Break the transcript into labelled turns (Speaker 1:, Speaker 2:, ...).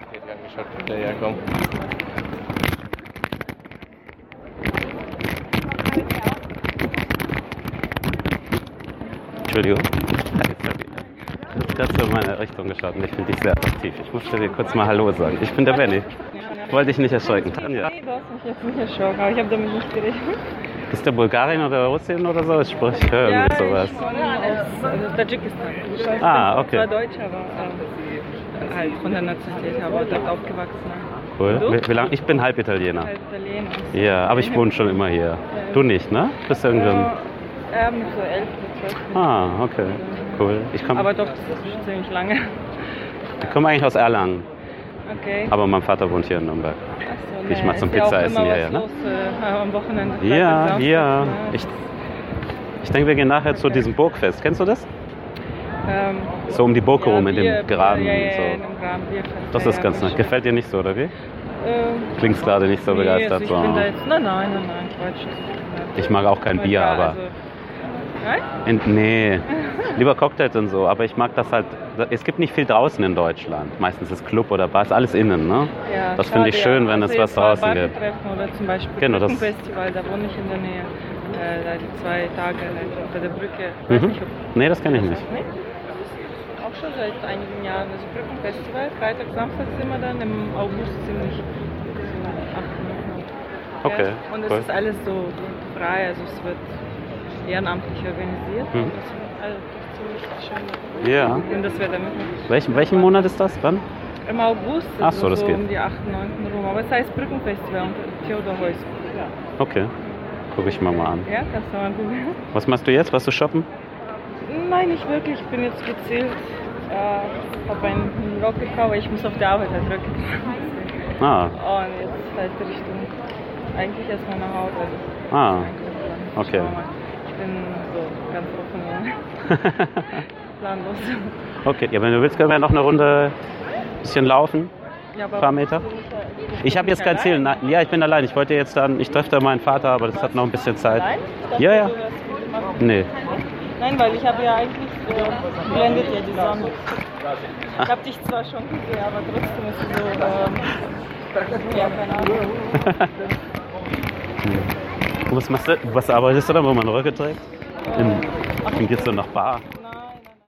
Speaker 1: Ja, geschaut, wo der herkommt. Entschuldigung. Du hast gerade so in meine Richtung geschaut und ich finde dich sehr attraktiv. Ich musste dir kurz mal Hallo sagen. Ich bin der Benny. Ich wollte dich nicht erschrecken. Tanja,
Speaker 2: Nee, du hast mich jetzt nicht erschrocken, aber ich habe damit nicht gerechnet.
Speaker 1: bist du Bulgarin oder Russin oder so? Ich spreche irgendwie sowas.
Speaker 2: ich komme aus Tadschikistan. Ich weiß,
Speaker 1: Ah,
Speaker 2: Ich war
Speaker 1: okay.
Speaker 2: Deutsch, aber ähm, halt von der Nationalität, aber dort aufgewachsen.
Speaker 1: Cool.
Speaker 2: Du?
Speaker 1: Wie, wie lang? Ich bin halb Italiener.
Speaker 2: Halt Italiener.
Speaker 1: Ja, aber ich wohne schon immer hier. Du nicht, ne? Bist du irgendwann.
Speaker 2: Ja, mit so elf, mit zwölf.
Speaker 1: Ah, okay. Cool. Ich komme
Speaker 2: Aber doch, das ist schon ziemlich lange.
Speaker 1: ich komm eigentlich aus Erlangen,
Speaker 2: Okay.
Speaker 1: aber mein Vater wohnt hier in Nürnberg.
Speaker 2: Achso,
Speaker 1: ich mal zum Pizza essen
Speaker 2: ja, auch
Speaker 1: hier,
Speaker 2: immer
Speaker 1: ja, ne?
Speaker 2: was Los, äh, am Wochenende. Freitag,
Speaker 1: Ja,
Speaker 2: Samstag,
Speaker 1: ja.
Speaker 2: ne?
Speaker 1: Ich, ich denke, wir gehen nachher zu
Speaker 2: Okay.
Speaker 1: diesem Burgfest. Kennst du das?
Speaker 2: ähm,
Speaker 1: So um die Burg rum, in
Speaker 2: Bier-
Speaker 1: dem Graben
Speaker 2: Ja, ja,
Speaker 1: und
Speaker 2: ja, in
Speaker 1: so.
Speaker 2: dem Graben, Bierfest,
Speaker 1: Das
Speaker 2: ja,
Speaker 1: ist
Speaker 2: ja,
Speaker 1: ganz
Speaker 2: war
Speaker 1: nett.
Speaker 2: schön.
Speaker 1: Gefällt dir nicht so, oder wie?
Speaker 2: Ähm,
Speaker 1: Klingst gerade nicht so
Speaker 2: Nee,
Speaker 1: begeistert.
Speaker 2: Also ich
Speaker 1: so.
Speaker 2: bin da jetzt, nein, nein, nein, nein, Quatsch. das ist-
Speaker 1: Ich mag auch kein Bier,
Speaker 2: Ja,
Speaker 1: aber.
Speaker 2: also- Nein?
Speaker 1: In, nee, lieber Cocktails und so, aber ich mag das halt. Es gibt nicht viel draußen in Deutschland. Meistens ist Club oder Bar, ist alles innen, ne?
Speaker 2: Ja,
Speaker 1: das finde ich
Speaker 2: schade,
Speaker 1: schön, wenn
Speaker 2: also
Speaker 1: es was
Speaker 2: jetzt mal
Speaker 1: draußen gibt.
Speaker 2: Bartreffen Oder zum Beispiel
Speaker 1: Genau, das-
Speaker 2: Festival, da wohne ich in der Nähe. Äh, da die zwei Tage halt unter der Brücke. Weiß
Speaker 1: Mhm.
Speaker 2: nicht, ob-
Speaker 1: Nee, das kenne ich nicht.
Speaker 2: Nee, das ist Auch schon seit einigen Jahren. Also Brückenfestival, Freitag, Samstag sind wir dann, im August ziemlich.
Speaker 1: Okay,
Speaker 2: Und es
Speaker 1: cool.
Speaker 2: ist alles so frei, also es wird ehrenamtlich organisiert. Also,
Speaker 1: Mhm.
Speaker 2: Das ist alles ziemlich schön.
Speaker 1: Ja.
Speaker 2: Und das wäre dann
Speaker 1: Welchen, welchen Monat ist das dann?
Speaker 2: im August,
Speaker 1: Ach so, das
Speaker 2: so
Speaker 1: geht.
Speaker 2: um die 8., 9. rum. Aber es heißt Brückenfestival und Theodor Heuss.
Speaker 1: Okay, gucke ich mir mal an.
Speaker 2: Ja, kannst du mal googeln.
Speaker 1: Was machst du jetzt? Warst du shoppen?
Speaker 2: Nein, nicht wirklich. Ich bin jetzt gezielt. Äh, habe einen Rock gekauft, aber ich muss auf der Arbeit halt Rock kaufen.
Speaker 1: Ah,
Speaker 2: Und jetzt halt Richtung eigentlich erstmal nach Hause. Also
Speaker 1: ah. okay.
Speaker 2: schauen wir mal. Ich bin so ganz offen. ja. Planlos.
Speaker 1: Okay, ja, wenn du willst, können wir noch eine Runde ein bisschen laufen.
Speaker 2: Ja, aber
Speaker 1: Paar Meter? Ich habe jetzt kein Ziel. Na, ja, ich bin allein. Ich wollte jetzt dann, ich treffe da meinen Vater, aber das hat noch ein bisschen Zeit.
Speaker 2: Nein? Ich dachte,
Speaker 1: Ja, ja.
Speaker 2: du wärst gut gemacht.
Speaker 1: Nee.
Speaker 2: Nein, weil ich habe ja eigentlich so, blendet ja die Sonne. Ich habe dich zwar schon gesehen, aber trotzdem ist es so, ähm, ja, keine Ahnung.
Speaker 1: Und Was machst du? Was arbeitest du da, wo man Röcke trägt? Im, dann gehst du nach Bar.